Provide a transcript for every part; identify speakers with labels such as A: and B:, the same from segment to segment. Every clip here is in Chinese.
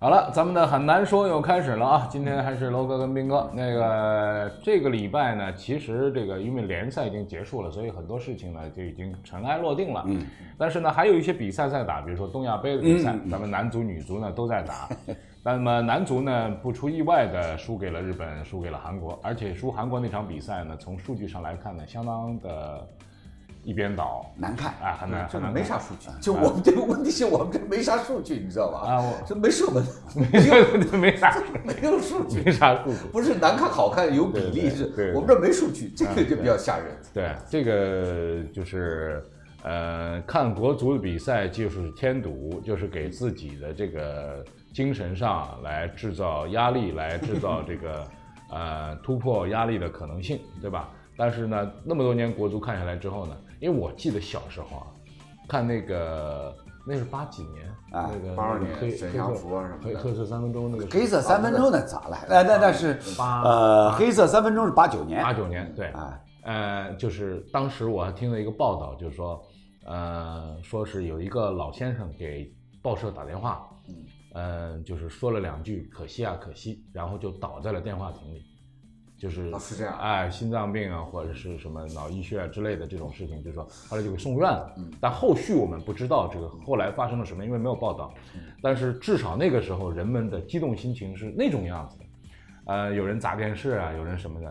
A: 好了，咱们的很难说又开始了啊！今天还是楼哥跟斌哥。那个这个礼拜呢，其实这个因为联赛已经结束了，所以很多事情呢就已经尘埃落定了。嗯。但是呢，还有一些比赛在打，比如说东亚杯的比赛，咱们男足、女足呢都在打。那么男足呢，不出意外的输给了日本，输给了韩国，而且输韩国那场比赛呢，从数据上来看呢，相当的一边倒。
B: 难看
A: 啊很难
B: 这
A: 很难
B: 没啥数据。就我们这个问题是我们这没啥数据，你知道吧？
A: 啊我
B: 这没什 么，
A: 没啥，
B: 没有数据，
A: 没啥数据。
B: 不是难看好看有比
A: 对
B: 例，
A: 对对
B: 是
A: 对嗯
B: 我们这没数据，这个就比较吓人。
A: 对，这个就是呃，看国足的比赛就是添堵，就是给自己的这个精神上来制造压力，来制造这个呃突破压力的可能性，对吧？但是呢，那么多年国足看下来之后呢，因为我记得小时候啊，看那个那是八几年
B: 啊
A: 那个
B: 82
A: 那个
B: 年
A: 黑
B: 沈
A: 黑
B: 阳
A: 色
B: 福啊什么
A: 黑
B: 的
A: 黑色三分钟那个
C: 黑
B: 啊
C: 色三分钟那咋了？那那那是
A: 八
C: 呃，黑色三分钟是八九年
A: 嗯八九年，对，
C: 啊
A: 呃，就是当时我还听了一个报道，就是说，呃，说是有一个老先生给报社打电话，嗯，呃，就是说了两句“可惜啊，可惜”，然后就倒在了电话亭里，就是
B: 啊是这样
A: 哎，心脏病啊，或者是什么脑溢血啊之类的这种事情，就是说后来就给送院了。
B: 嗯
A: 但后续我们不知道这个后来发生了什么，因为没有报道。但是至少那个时候人们的激动心情是那种样子的，呃，有人砸电视啊，有人什么的。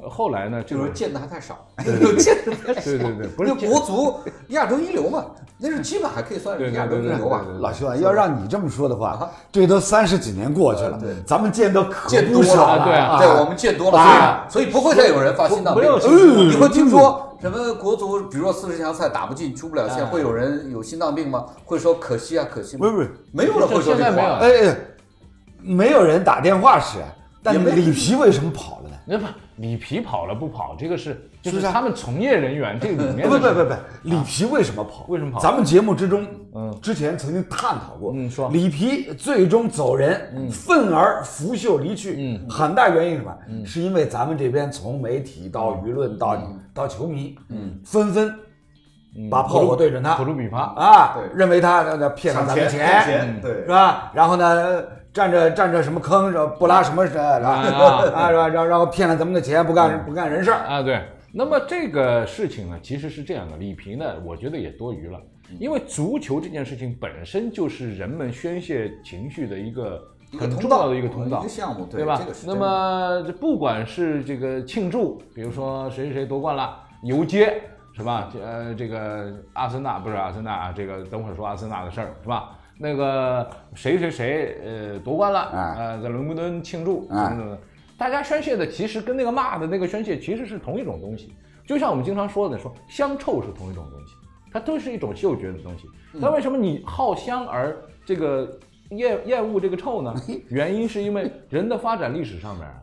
A: 呃后来呢，这
B: 就是
A: 个
B: 见的还太少， 有见的太少。
A: 对对对，不是
B: 那国足亚洲一流嘛，那是基本还可以算
A: 对
B: 是
A: 对
B: 亚洲一
A: 对对
B: 流吧
A: 对。对
C: 老徐啊，要让你这么说的话
B: 啊，
C: 这都三十几年过去了，
B: 对
C: 咱们见都可
B: 见
C: 不
B: 多了，
C: 少了，
A: 对啊
B: 对，我们见多
C: 啊
B: 了，所以所以不会再有人发心脏
A: 不不
B: 病
A: 要
B: 了。
A: 心脏
B: 你会听说什么国足，比如说四十强赛打不进、出不了线，
A: 嗯
B: 会有人有心脏病吗？会说可惜啊，可惜吗？
C: 不是不是
B: 没有人会说
A: 现在
B: 这
A: 没有
B: 话。
C: 哎，哎没有人打电话是，啊但
B: 也没
C: 里皮为什么跑了呢？
A: 那不里皮跑了不跑，这个是就是是
C: 不是啊
A: 他们从业人员这个里面
C: 啊不
A: 的
C: 不不不，里皮为什么跑？
A: 为什么跑
C: 咱们节目之中，
A: 嗯
C: 之前曾经探讨过，
A: 嗯说
C: 里皮最终走人，愤而拂袖离去，嗯，很大原因是什么？是因为咱们这边从媒体到舆论到到球迷，嗯，纷纷把炮火对准他，
A: 口诛笔伐，
C: 啊
B: 对，
C: 认为他那骗了咱们钱，
A: 嗯
B: 钱，对
C: 是吧？然后呢，占着占着什么坑，然后不拉什么屎，啊嗯
A: 啊
C: 啊，然后然后然后骗了咱们的钱，不干不干人事儿，
A: 啊，对。那么这个事情呢，其实是这样的，里皮呢，我觉得也多余了，因为足球这件事情本身就是人们宣泄情绪的一个
B: 一个
A: 很重
B: 通
A: 要
B: 道
A: 的一个通道
B: 一个，项目，
A: 对吧
B: 这个？是
A: 那
B: 真的
A: 么这不管是这个庆祝，比如说谁谁谁夺冠了，游街是吧？这呃，这个阿森纳不是阿森纳啊，这个等会儿说阿森纳的事儿是吧？那个谁谁谁呃夺冠了，
C: 啊
A: 呃，在伦敦敦庆祝，怎
C: 啊
A: 么怎么，大家宣泄的其实跟那个骂的那个宣泄其实是同一种东西，就像我们经常说的说香臭是同一种东西，它都是一种嗅觉的东西。
B: 嗯
A: 那为什么你好香而这个厌厌恶这个臭 呢？原因是因为人的发展历史上面啊，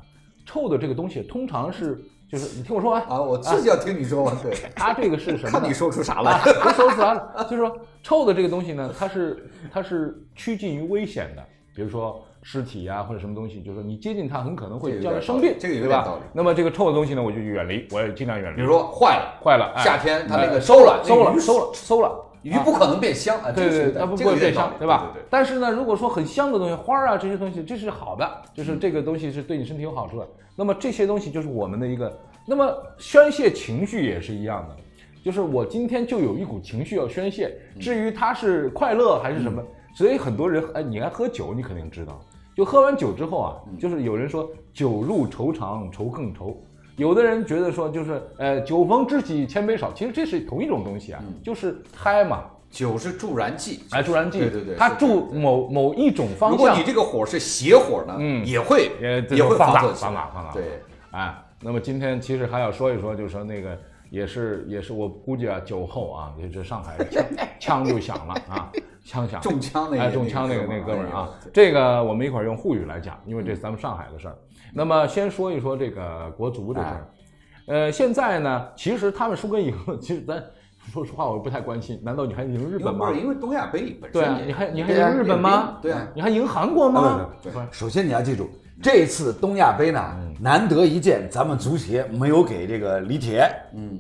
A: 臭的这个东西通常是就是你听我说完
B: 啊，我就是要听你说完， 对，
A: 它这个是什么呢？
B: 看你说出啥
A: 啊
B: 来。，
A: 我手指啊，就是说臭的这个东西呢，它是它是趋近于危险的，比如说尸体啊或者什么东西，就是说你接近它很可能会
B: 这个有
A: 叫人
B: 点
A: 生
B: 道理
A: 病，
B: 这个有
A: 对
B: 点
A: 吧
B: 道理
A: 那么这个臭的东西呢，我就远离，我也尽量远离。
B: 比如说坏了，
A: 坏了，哎
B: 夏天它那个
A: 呃收了，
B: 那个
A: 收了，
B: 鱼
A: 收了，收了。啊
B: 鱼不可能变香啊，
A: 对
B: 这个
A: 对
B: 是
A: 对，它不
B: 这
A: 不会
B: 个有
A: 变
B: 点道
A: 香
B: 理，
A: 对吧
B: 对对？
A: 但是呢，如果说很香的东西，花儿啊这些东西，这是好的，就是这个东西是对你身体有好处的。那么这些东西就是我们的一个，那么宣泄情绪也是一样的，就是我今天就有一股情绪要宣泄，至于它是快乐还是什么，
B: 嗯
A: 所以很多人，哎，你爱喝酒，你肯定知道，就喝完酒之后啊，就是有人说酒入愁肠，愁更愁。有的人觉得说就是呃酒逢知己千杯少，其实这是同一种东西啊，
B: 嗯
A: 就是嗨嘛，
B: 酒是助燃剂，
A: 哎，助燃剂，
B: 对对对，
A: 它
B: 是
A: 助某某一种方向。
B: 如果你这个火是邪火呢，
A: 嗯
B: 也会
A: 也这
B: 也
A: 种
B: 会
A: 放大
B: 作起
A: 放
B: 来
A: 大放大
B: 对，
A: 哎，那么今天其实还要说一说，就是说那个也是也是我估计啊，酒后啊，就是上海枪 枪就响了啊，枪响了，
B: 中枪那个
A: 哎，中枪那个那
B: 那
A: 个
B: 个
A: 哥
B: 哥
A: 们
B: 们儿
A: 儿啊
B: 哎呦，
A: 这个我们一会儿用沪语来讲，因为这是咱们上海的事儿。那么先说一说这个国足这事儿，呃，现在呢，其实他们输跟赢，其实咱说实话，我不太关心。难道你还赢日
B: 因为
A: 本
B: 不
A: 吗
B: 是？因为东亚杯本身
A: 对啊，
B: 也
A: 你还你还
C: 对啊
A: 赢日本吗？
B: 对啊
A: 你还赢韩国吗？
C: 嗯对首先你要记住，这次东亚杯呢，难得一见，咱们足协没有给这个李铁，嗯，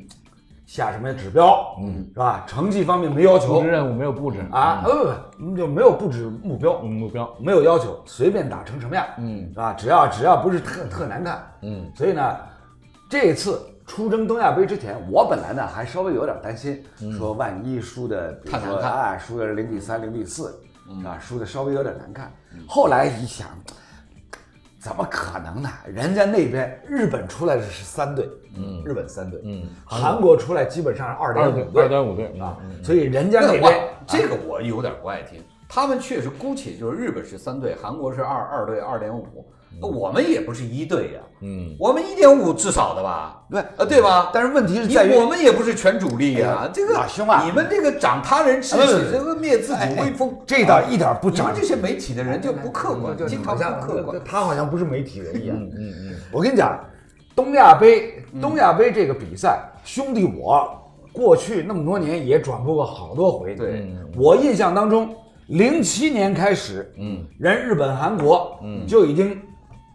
C: 下什么指标，嗯，是吧？成绩方面没要
A: 布
C: 求
A: 置任务没有布置，
C: 啊，呃，就没有布置目标，
A: 嗯目标
C: 没有要求，随便打成什么样，嗯，是吧？只要只要不是特特难看，嗯，所以呢，这次出征东亚杯之前，我本来呢还稍微有点担心，说万一输的，比如
B: 太难
C: 说
B: 看
C: 啊，输的零比三、零比四，啊，输的稍微有点难看。后来一想，怎么可能呢？人家那边日本出来的是三队，嗯，日本三队，嗯，韩国出来基本上是二
A: 二
C: 点
A: 队
C: 五
A: 二
C: 队
A: 点五队啊，
C: 啊，所以人家
B: 那
C: 那
B: 我
C: 边
B: 这个我有点不爱听。他们确实姑且就是日本是三队，韩国是二二队二点五，那我们也不是一队呀、嗯，我们一点五至少的吧？
C: 对
B: 呃，对吧？
C: 但是问题是
B: 你
C: 在于
B: 我们也不是全主力呀、
C: 哎呀
B: 这个
C: 老兄啊
B: 你们这个长他人志
C: 哎不
B: 气
C: 不不，
B: 这个灭自主威风，
C: 这倒一点不
B: 你
C: 长
B: 们这些媒体的人就不客观，经常不客观。
C: 他好像不是媒体人一样。嗯嗯嗯，我跟你讲，东亚杯，东亚杯这个比赛，兄弟我过去那么多年也转播过好多回。
B: 对
C: 嗯，我印象当中，零七年开始，嗯，人日本、韩国，嗯，就已经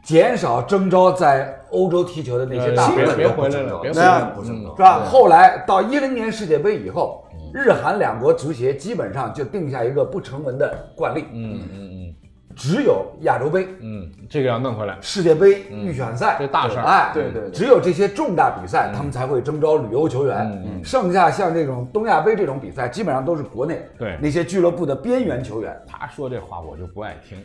C: 减少征召在欧洲踢球的那些大
A: 别
C: 牌
B: 本
A: 别
B: 都不
A: 回来
B: 正
A: 了，
B: 常
A: 别
B: 基
A: 回来
C: 那
A: 了，
B: 本不正常
C: 是吧？后来到一零年世界杯以后，日韩两国足协基本上就定下一个不成文的惯例，嗯嗯嗯，只有亚洲杯、
A: 嗯，这个要弄回来，
C: 世界杯预选赛
A: 这大事儿
C: 哎，
B: 对对对
C: 只有这些重大比赛，他们才会征召旅游球员，剩下像这种东亚杯这种比赛，基本上都是国内
A: 对
C: 那些俱乐部的边缘球员。
A: 他说这话我就不爱听，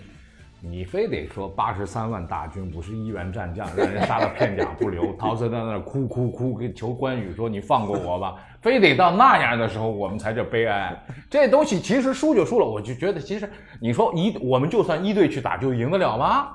A: 你非得说八十三万大军不是一员战将，让人杀得片甲不留， 陶瓷在那儿哭哭哭，跟求关羽说你放过我吧，非得到那样的时候我们才叫悲哀。这东西其实输就输了，我就觉得其实你说一我们就算一队去打就赢得了吗？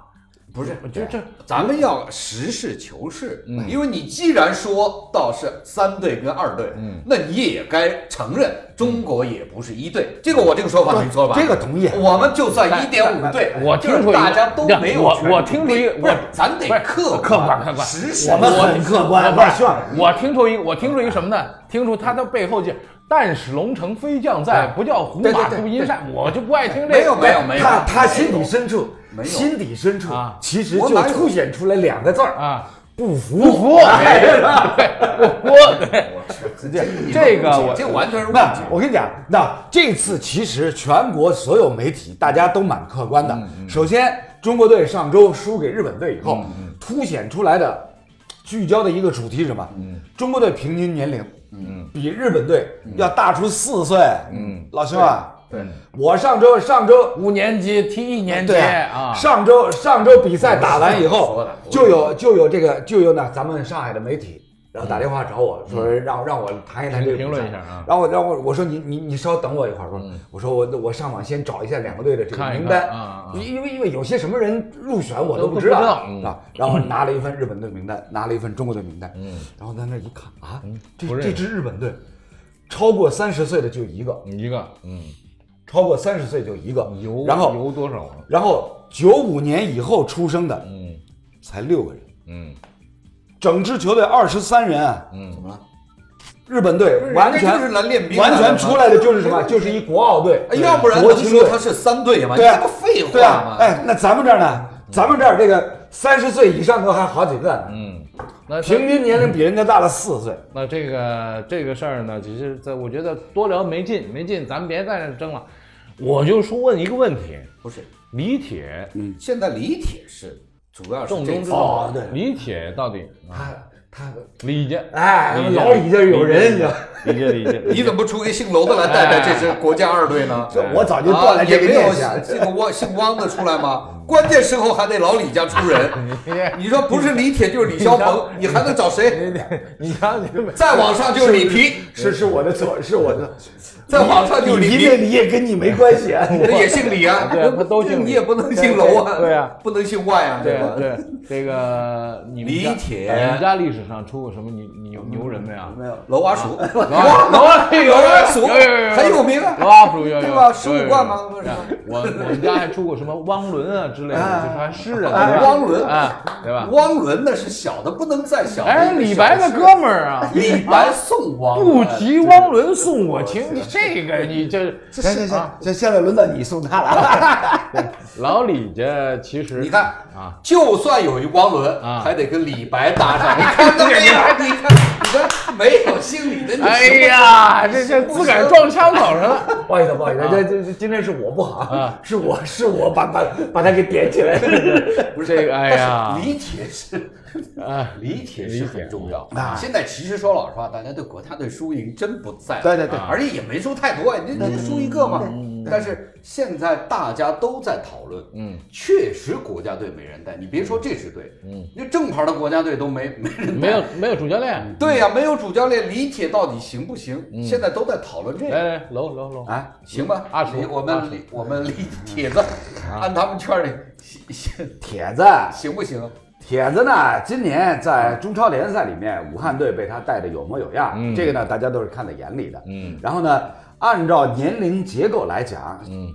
B: 不是，
A: 就这
B: 咱们要实事求是，因为你既然说到是三队跟二队，那你也该承认中国也不是一队。这个我这个说法没错吧？
C: 这个同意
B: 我们就算一点五队，
A: 我
B: 就是
A: 听出一个
B: 大家都没有
A: 我
B: 全主力。
A: 我听出一个
B: 不是
A: 我
B: 咱得
A: 不是
B: 客
A: 客观客观
B: 实事。
C: 我们很客观，
A: 不是
C: 炫。
A: 我听出一，我听出一什么呢？听出他的背后就但使龙城飞将在，不教胡
C: 对对
A: 马
C: 对
A: 度阴山，我就不爱听这个。
B: 没有没有没有，
C: 他他心底深处，
B: 没有
C: 心底深处
A: 啊
C: 其实
B: 我
C: 就
B: 哪有
C: 凸显出来两个字儿
A: 啊，
C: 不服不
A: 服，
C: 是吧？
A: 我我对
B: 这
A: 这个我
B: 这完全是误
C: 那
B: 解。
C: 我跟你讲，那这次其实全国所有媒体大家都蛮客观的。首先，中国队上周输给日本队以后，凸显出来的聚焦的一个主题是什么？中国队平均年龄，嗯，比日本队要大出四岁。嗯，老兄啊，
B: 对对
C: 我上周上周
A: 五年级踢一年级
C: 对
A: 啊，
C: 上周上周比赛打完以
B: 说
C: 后
B: 的，
C: 就有就有这个就有呢，咱们上海的媒体。然后打电话找我说让让我谈一谈这个比赛
A: 嗯评论一下啊
C: 然后我让我我说你你你稍等我一会儿吧，我说我我上网先找一下两个队的这个
A: 看一看
C: 名单
A: 啊啊啊，
C: 因为因为有些什么人入选我都
A: 都
C: 不
A: 不
C: 知道
A: 知道嗯
C: 啊。然后拿了一份日本队名单，拿了一份中国队名单，然后在那一看啊，这
A: 嗯不认
C: 这
A: 识
C: 支日本队超过三十岁的就一个，
A: 一个嗯，
C: 超过三十岁就一个
A: 游，
C: 然后
A: 游多少啊？
C: 然后九五年以后出生的，嗯，才六个人，
A: 嗯，
C: 整支球队二十三人，啊
B: 怎么了？
C: 日本队完全
B: 人嗯家就是蓝练兵
C: 完
B: 来的
C: 全
B: 嘛
C: 出来的就是什么？就是一国奥队
B: 哎，要不然
C: 国
B: 能
C: 青
B: 说
C: 队
B: 他，是三队吗？
C: 对
B: 你
C: 啊
B: 这不废话
C: 对啊
B: 吗？，嗯
C: 哎，那咱们这儿呢？咱们这儿这个三十岁以上都还好几个呢，
A: 那
C: 平均年龄比人家大了四岁。
A: 那这个这个事儿呢，其实在我觉得多聊没劲没劲，咱们别在这争了。我就说问一个问题，
B: 不是，
A: 李铁
B: 现在李铁是主要是
A: 重
B: 这
A: 中之
B: 次
A: 重，
C: 哦对
A: 李铁到底
B: 嗯
C: 他他
A: 李家
C: 哎
A: 理解
C: 老李家有
A: 理
B: 嗯
C: 人
A: 解理解理解理
B: 你
A: 解，
B: 怎么出个姓娄的来带带这支国家二队呢？
C: 这我早就断
B: 啊，
C: 了
B: 也
C: 这个
B: 没有
C: 念想。
B: 这个汪姓汪的出来吗？关键时候还得老李家出人，你说不是李铁就是李霄鹏，你还能找谁？
A: 你瞧你
B: 再往上就是李皮，
C: 是是我的错，是我的。
B: 再往上 就是
C: 你
B: 李
C: 你那
B: 皮，
C: 里也跟你没 关系啊。
B: 那也姓李啊，
A: 对他都姓李
B: 你也不能姓娄啊，
A: 对对啊，
B: 不能姓万啊，
A: 对
B: 吧？
A: 对，这个你们家
B: 李铁嗯
A: 你们家历史上出过什么牛牛牛人没有？
C: 没有，
B: 娄阿叔，
A: 有啊有
B: 娄阿叔
A: 有有有有
B: 很有名啊，
A: 有啊，属于有有
B: 对吧？
A: 有
B: 十
A: 有
B: 五
A: 有
B: 冠吗？不是
A: 啊我我们家还出过什么汪伦啊之类的，就是还诗人
B: 哎
A: 对吧
B: 汪伦
A: 啊，对吧？
B: 汪伦那是小的不能再小哎的。
A: 哎，李白的哥们儿 啊，
B: 李白送汪
A: 不
B: 伦，
A: 及汪伦送我情，你这 个你这啊
C: 行行行，这啊现在轮到你送他了。
A: 老李家其实
B: 你看
A: 啊，
B: 就算有一汪伦
A: 啊，
B: 还得跟李白搭上。你看到没有？你看，这没有心理的 你，
A: 哎呀，这这自个儿撞枪口上了。
C: 不好意思，不好意思，这这这今天是我不好，啊、是我是我把把把他给点 起来了。
B: 不是
A: 这个哎呀
B: 但是理解是
A: 啊，
B: 理解是很重要
C: 啊。
B: 现在其实说老实话，大家对国家队输赢真不在乎，
C: 对对对
B: 而且也没输太多，你这输一个嘛。但是现在大家都在讨论，嗯，确实国家队没人带，你别说这支队，嗯，那正牌的国家队都没没人带，
A: 没有没有主教练，
B: 对呀、没有主教练，李铁到底行不行？
A: 嗯
B: 现在都在讨论这
A: 来
B: 个。
A: 来楼楼楼，
B: 哎，行吧，
A: 阿楚
B: 李我
A: 阿楚
B: 们李我们李铁子，
A: 啊
B: 按他们圈里行行
C: 铁子，
B: 行不行？
C: 铁子呢，今年在中超联赛里面，武汉队被他带的有模有样，这个呢大家都是看在眼里的。嗯，然后呢，按照年龄结构来讲，嗯，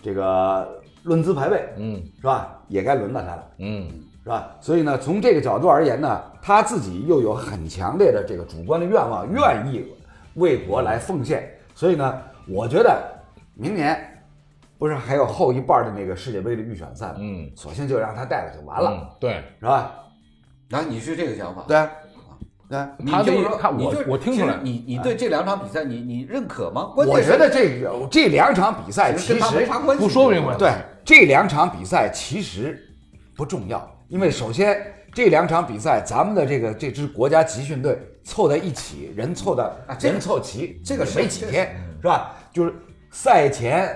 C: 这个论资排辈，嗯，是吧？也该轮到他了。
A: 嗯
C: 是吧？所以呢，从这个角度而言呢，他自己又有很强烈的这个主观的愿望，愿意为国来奉献。所以呢，我觉得明年不是还有后一半的那个世界杯的预选赛吗？
A: 嗯，
C: 索性就让他带了就完了，
A: 嗯，对，
C: 是吧？
B: 然后你是这个想法？
C: 对，对，
B: 你
A: 他
B: 就
A: 对
B: 是说
A: 他
B: 你
A: 我
B: 就是
A: 我听出来
B: 其实你你对这两场比赛你你认可吗？关键
C: 我
B: 是
C: 觉得这个这两场比赛
B: 其实跟
C: 其
B: 他没
C: 实
B: 啥关系，
A: 不说明白，
C: 对这两场比赛其实不重要，因为首先这两场比赛咱们的这个这支国家集训队凑在一起，人凑的、
B: 啊这个
C: 人凑齐，
B: 这个嗯是
C: 没几天是吧？就是赛前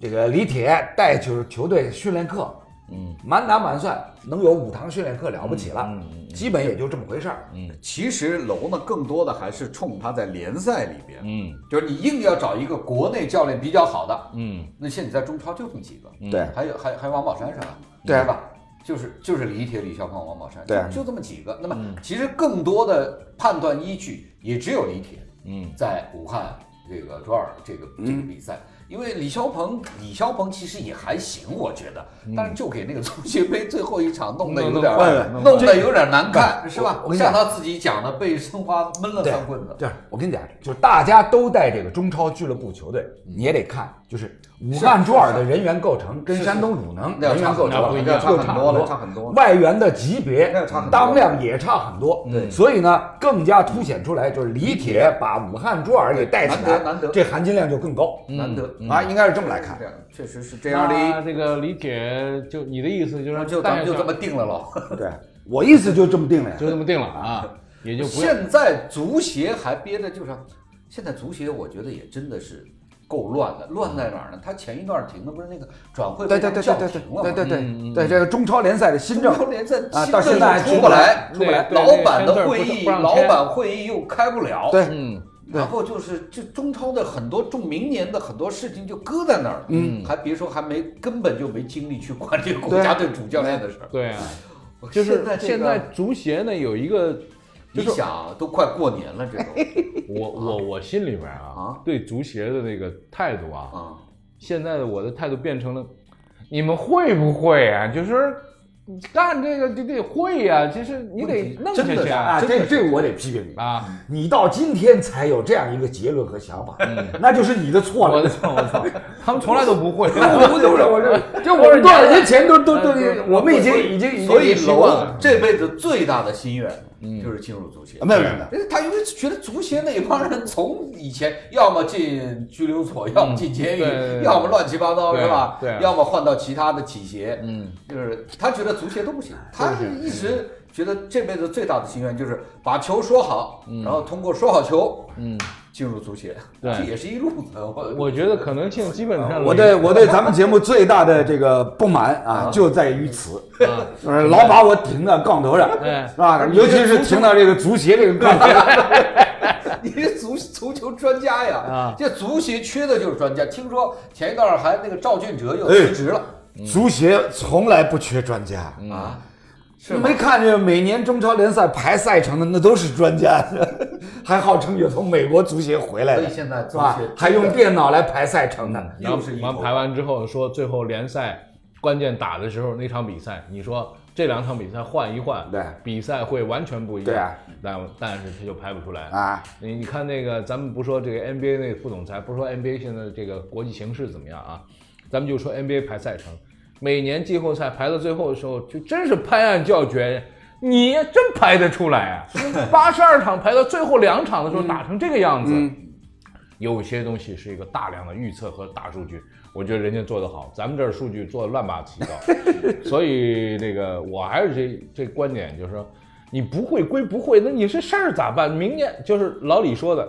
C: 这个李铁带球球队训练课，嗯，满打满算能有五堂训练课了不起
B: 嗯
C: 了，基本也就这么回事儿，嗯，
B: 其实楼呢，更多的还是冲他在联赛里边，
A: 嗯，
B: 就是你硬要找一个国内教练比较好的，
A: 嗯，
B: 那现在在中超就这么几个，
C: 对
B: 还有还还王宝山啥的，
C: 对
B: 吧？就是就是李铁、李霄鹏、王宝山，
C: 对
B: 就就这么几个。那么
A: 嗯
B: 其实更多的判断依据也只有李铁，嗯，在武汉这个周二这个这个比赛。因为李霄鹏，李霄鹏其实也还行，我觉得，但是就给那个足协杯最后一场弄得有点
C: 弄得
B: 儿，
C: 弄得
B: 弄得有点难看，是吧
C: 我？跟你讲
B: 像他自己讲的，被申花闷了
C: 对
B: 三棍子。
C: 对，我跟你讲，就是大家都带这个中超俱乐部球队，你也得看，就是武汉卓尔的人员构成跟
B: 是
C: 山东鲁能
B: 啊那要
C: 人员
B: 差
C: 构
B: 很
C: 成
A: 多那
C: 又
A: 要
B: 差很多了
C: 多
B: 差很多了
C: 外援的级别
B: 那要差很多
C: 当量也差很多，对，所以呢，更加凸显出来就是李铁把武汉卓尔给带起来，
B: 难得难得
C: 这含金量就更高
B: 难得
C: 啊，应该是这么来看
B: 这。样确实是这样的
A: 那
B: 一，
A: 这个李铁就你的意思就是
B: 那就咱
A: 带
B: 们
A: 下
B: 就
A: 去
B: 这么定了喽。
C: 对，我意思就这么定了呀。
A: 就这么定了啊，也就不要
B: 现在足协还憋着，就是现在足协，我觉得也真的是够乱的。乱在哪儿呢？他前一段停的不是那个转会
C: 对
B: 费
C: 对对对
B: 叫
C: 对
B: 停了吗？
C: 对对对对，这个中超联赛的新政
B: 中超联赛
C: 啊，
B: 新
C: 到
B: 政
C: 现在还
B: 又
C: 出
B: 出
C: 不
B: 不
C: 来
B: 来，
C: 出不来。
A: 对
B: 老板的
A: 签字
B: 会
A: 不是
B: 议，
A: 不让
B: 老
A: 签
B: 板会议又开不了。
C: 对，
A: 嗯
B: 然后就是，就中超的很多中明年的很多事情就搁在那儿了，嗯，还别说还没根本就没精力去管这个国家队主教练的事儿。
A: 对啊，
B: 我
A: 就是
B: 在这个
A: 现在足协呢有一个
B: 你想都快过年了，这都
A: 我我我心里边啊
B: 啊，
A: 对足协的那个态度啊，
B: 啊，
A: 现在的我的态度变成了，你们会不会啊？就是干这个就得会呀、其实你得弄下
B: 真的
A: 去
B: 是
A: 啊
C: 啊，这这我得批评你
A: 啊！
C: 你到今天才有这样一个结论和想法，
B: 嗯
C: 那就是你的错
A: 我的
C: 了。
A: 错，我的错， 他们从来都不 会。
C: 不是 我这， 就我们多少年前都都都，我们已经已经已
B: 嗯
C: 经
B: 所以
C: 习惯
B: 楼
C: 了。
B: 这辈子最大的心愿
A: 嗯
B: 就是进入足协。
C: 啊
A: 啊
C: 没有没有没有，
B: 他因为觉得足协那帮人从以前 要么进拘留所，要么进监
A: 嗯对对对
B: 狱，要么乱七八糟，
A: 对
B: 是吧？
A: 对啊
B: 要么换到其他的企协，嗯，就是他觉得足协都不
A: 嗯
B: 行，他一直觉得这辈子最大的心愿就是把球说好，然后通过说好球，嗯，进入足协，
A: 嗯对
B: 这也是一路子。我
A: 嗯我觉得可能性基本上
C: 我对我对咱们节目最大的这个不满
B: 嗯
C: 啊，就在于此，
A: 啊，
C: 就是老把我顶到杠头上，
B: 嗯
A: 哎
C: 是吧？尤其是停到这个足协这个杠头上。
B: 你是足足球专家呀！
A: 啊
B: 这足协缺的就是专家。听说前一段儿还那个赵俊哲又辞职了、
C: 足协从来不缺专家，
B: 啊，是
C: 你
B: 吗？
C: 没看见每年中超联赛排赛程的那都是专家， 还号称有从美国足协回来的，嗯
B: 所以现在足协
C: 是吧
B: 真的？
C: 还用电脑来排赛程呢。
A: 然后
B: 又是一
A: 完
B: 头
A: 排完之后说，最后联赛关键打的时候那场比赛，你说这两场比赛换一换，
C: 对
A: 比赛会完全不一样。
C: 对啊
A: 但但是他就排不出来
C: 啊。
A: 你你看那个，咱们不说这个 NBA 那个副总裁，不说 NBA 现在这个国际形势怎么样啊，咱们就说 NBA 排赛程，每年季后赛排到最后的时候，就真是拍案叫绝。你真排得出来啊！八十二场排到最后两场的时候打成这个样子，有些东西是一个大量的预测和大数据，我觉得人家做得好，咱们这儿数据做的乱八七糟，所以这个我还是这这观点就是说，你不会归不会，那你这事儿咋办？明年就是老李说的，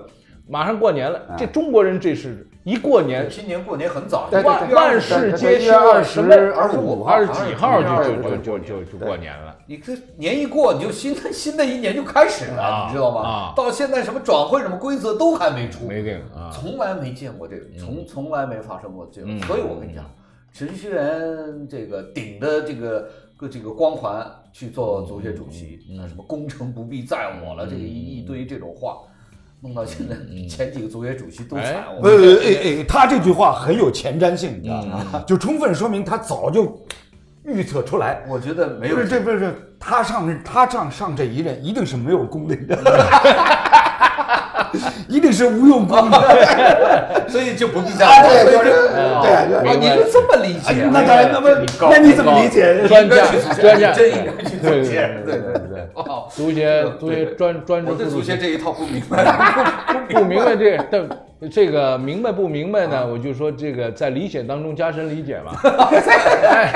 A: 马上过年了，这中国人这是一过年
B: 今年过年很早，
C: 对对
A: 万
C: 对
A: 万事皆
C: 对
A: 休，
C: 对对
A: 什么
C: 20
B: 二十五号
A: 二十几号
B: 二十
A: 就就
B: 五号
A: 就就就就过年了。
B: 你这年一过，你就新的新的一年就开始了，
A: 啊
B: 你知道吗？
A: 啊
B: 到现在什么转会什么规则都还没出，
A: 没定啊嗯
B: 从来没见过这个，从从来没发生过这个。所以我跟你讲，程序员这个顶着这个这个光环去做足协主席，
A: 嗯
B: 那、什么功成不必在我了，这个一一堆这种话。弄到现在，前几个足协主席
A: 嗯
B: 都
A: 哎
B: 惨，我
C: 不，
B: 们
C: 哎哎，他这句话很有前瞻性，你知道吗？就充分说明他早就预测出来，
B: 我觉得没有
C: 不是这不是这他上他上上这一任一定是没有功的， 一定是无用功的。
B: 所以就不必再
C: 啊
B: 玩了。
C: 对就是
B: 哦
C: 对啊对啊
B: 哦你是这么理解啊？
C: 那当然，那么那你怎么理解？
A: 专 家
B: 去足协
A: 专家，
B: 真应该去足
A: 对
B: 协
A: 对对
B: 对对
A: 对对，
B: 哦，
A: 足协足
B: 对
A: 协
B: 对
A: 专专职
B: 我对
A: 副
B: 足
A: 主
B: 协
A: 席
B: 这一套不明
A: 啊
B: 白。
A: 不明白这 但这个明白不明白
B: 啊
A: 呢？我就说这个在理解当中加深理解 吧。哎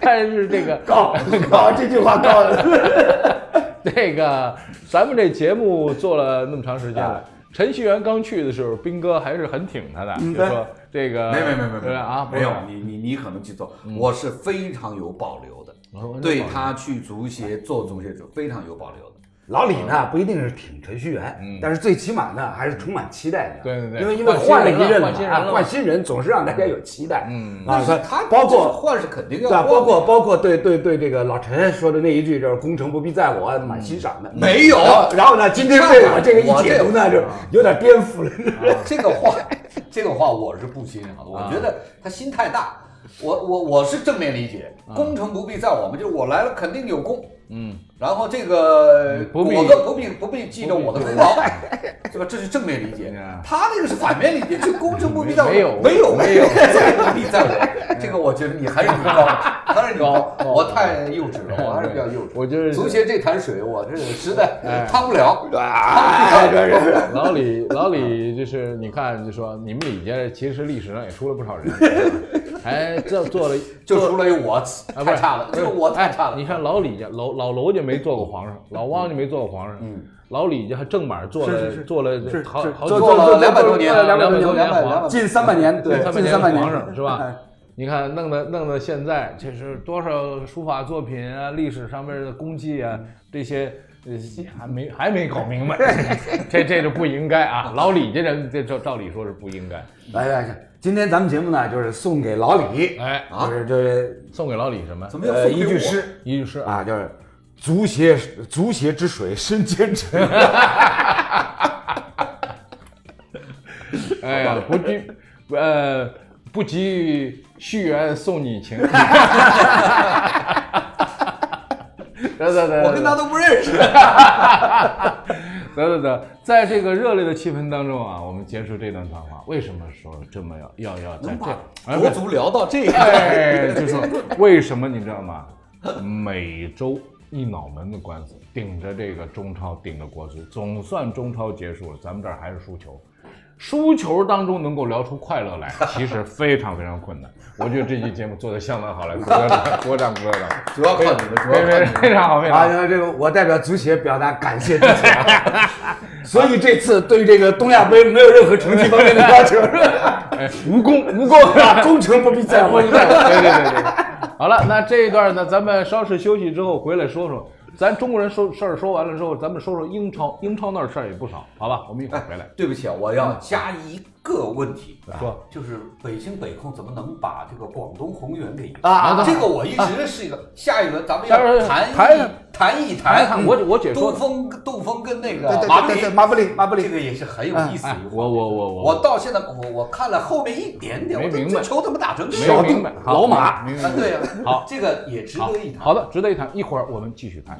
A: 但是这个
C: 高高这句话高了。
A: 这个咱们这节目做了那么长时间
B: 啊
A: 了。程序员刚去的时候，斌哥还是很挺他的，就说这个
B: 嗯没没没没
A: 对
B: 没
A: 啊，
B: 没有你你你可能记错，
A: 嗯
B: 我是非常有保留的
A: 我说，
B: 对他去足协做足协主非常有保留的。
C: 老李呢，不一定是挺程序员，但是最起码呢，还是充满期待的。
A: 嗯对对对
C: 因为因为
A: 换新
C: 换了
A: 人
C: 一任
A: 了换
C: 嘛
A: 新人
C: 啊
A: 了
C: 换新人总是让大家有期待。嗯啊，所以
B: 他
C: 包括
B: 这换是肯定要
C: 对啊，
B: 换
C: 包括包括对对对，这个老陈说的那一句就是“功成不必在我”，蛮欣赏
A: 嗯
C: 的。
B: 没有
C: 然后然后呢，今天被我这个一解读呢，
B: 我这
C: 就有点颠覆了。
B: 啊这个话，这个话我是不欣赏的。我觉得他心太大。我我我是正面理解，功成不必在我们，就是我来了肯定有功。嗯，然后这个
A: 不必
B: 我的不必不必记着我的功劳，对吧？这是正面理解。他那个是反面理解，就功成不必在我，
A: 没有
B: 没有没有，不必在我。这个我觉得你还是你高，还是你高，我太幼稚了，我还是比较幼稚。
A: 我就是
B: 足协这潭水，我这实在趟不了。
C: 哎，这这
A: 老李，老李就是你看，就说你们李家其实历史上也出了不少人，还做做了
B: 就除了我
A: 啊，
B: 太差了，
A: 不
B: 就是是我太差了。
A: 哎你看老李家，老老娄家没做过皇上，老汪家没做过皇上，嗯，老李家还正马做了
C: 是是是
A: 做了
C: 是
A: 好
C: 是
A: 好
C: 做
B: 做了
C: 做
B: 两百多年，
A: 做了
C: 200
A: 200
C: 多
A: 多
B: 年，
A: 年
B: 两
A: 皇
B: 百
A: 上，
C: 近三百年，对，
A: 他们
C: 近三百
A: 年
C: 年
A: 皇上是吧
C: 哎？
A: 你看，弄得弄得现在，这是多少书法作品啊，历史上面的功绩啊，这些呃还没还没搞明白， 这这就不应该啊！老李这人，这照照理说是不应该，
C: 来来来，今天咱们节目呢，就是送给老李，
A: 哎，
C: 就是就是
A: 送给老李什么？
B: 怎么又
C: 呃
B: 送给
C: 一句
B: 我？
C: 诗
A: 一句诗啊，
C: 啊，就是“足协足协之水深千尺”，
A: 哎呀，不拘，呃，不及续缘送你 情。得得得，
B: 我跟他都不认识。
A: 得得得，在这个热烈的气氛当中啊，我们结束这段谈话。为什么说这么要要要在
B: 能
A: 这
B: 把
A: 儿？
B: 国足聊到这样，
A: 哎，就说为什么你知道吗？每周一脑门的官司，顶着这个中超，顶着国足，总算中超结束了，咱们这儿还是输球。输球当中能够聊出快乐来，其实非常非常困难。我觉得这期节目做的相当好了，鼓掌鼓掌鼓掌，
B: 主要靠你们，主要
A: 非非
B: 靠你们。
A: 非常好，非常
C: 啊，
A: 好。
C: 那这个我代表足协表达感谢之情啊。 所以这次对这个东亚杯没有任何成绩方面的要 求，
A: 哎，无功无功，
C: 工程不必在乎
A: 我。对对对对。好了，那这一段呢，咱们稍事休息之后回来说说，咱中国人说事儿说完了之后，咱们说说英超，英超那儿事儿也不少，好吧？我们一会儿回来。
B: 对不起啊，我要加一个问题，
A: 说
B: 就是北京北控怎么能把这个广东宏远给赢
C: 啊
B: 这个我一直是一个。下一轮咱们
A: 下一
B: 要
A: 轮
B: 谈一
A: 谈
B: 谈一
A: 谈一
B: 谈，
A: 谈我我姐说
B: 杜峰杜峰跟那
C: 对
B: 个马
C: 对
B: 布里
C: 对对，，马布里马布
B: 这
C: 里，
B: 个也是很有意思
A: 哎
B: 一个。，
A: 我我我
B: 我到现在我我看了后面一点点，
A: 没
B: 我这
A: 明白
B: 这球怎么打成这
A: 没
B: 样？
A: 明白，好
C: 老马
A: 明白
B: 啊，对呀、啊，
A: 好
B: 这个也值
A: 好
B: 得一谈。
A: 好的，值得一谈。一会儿我们继续看。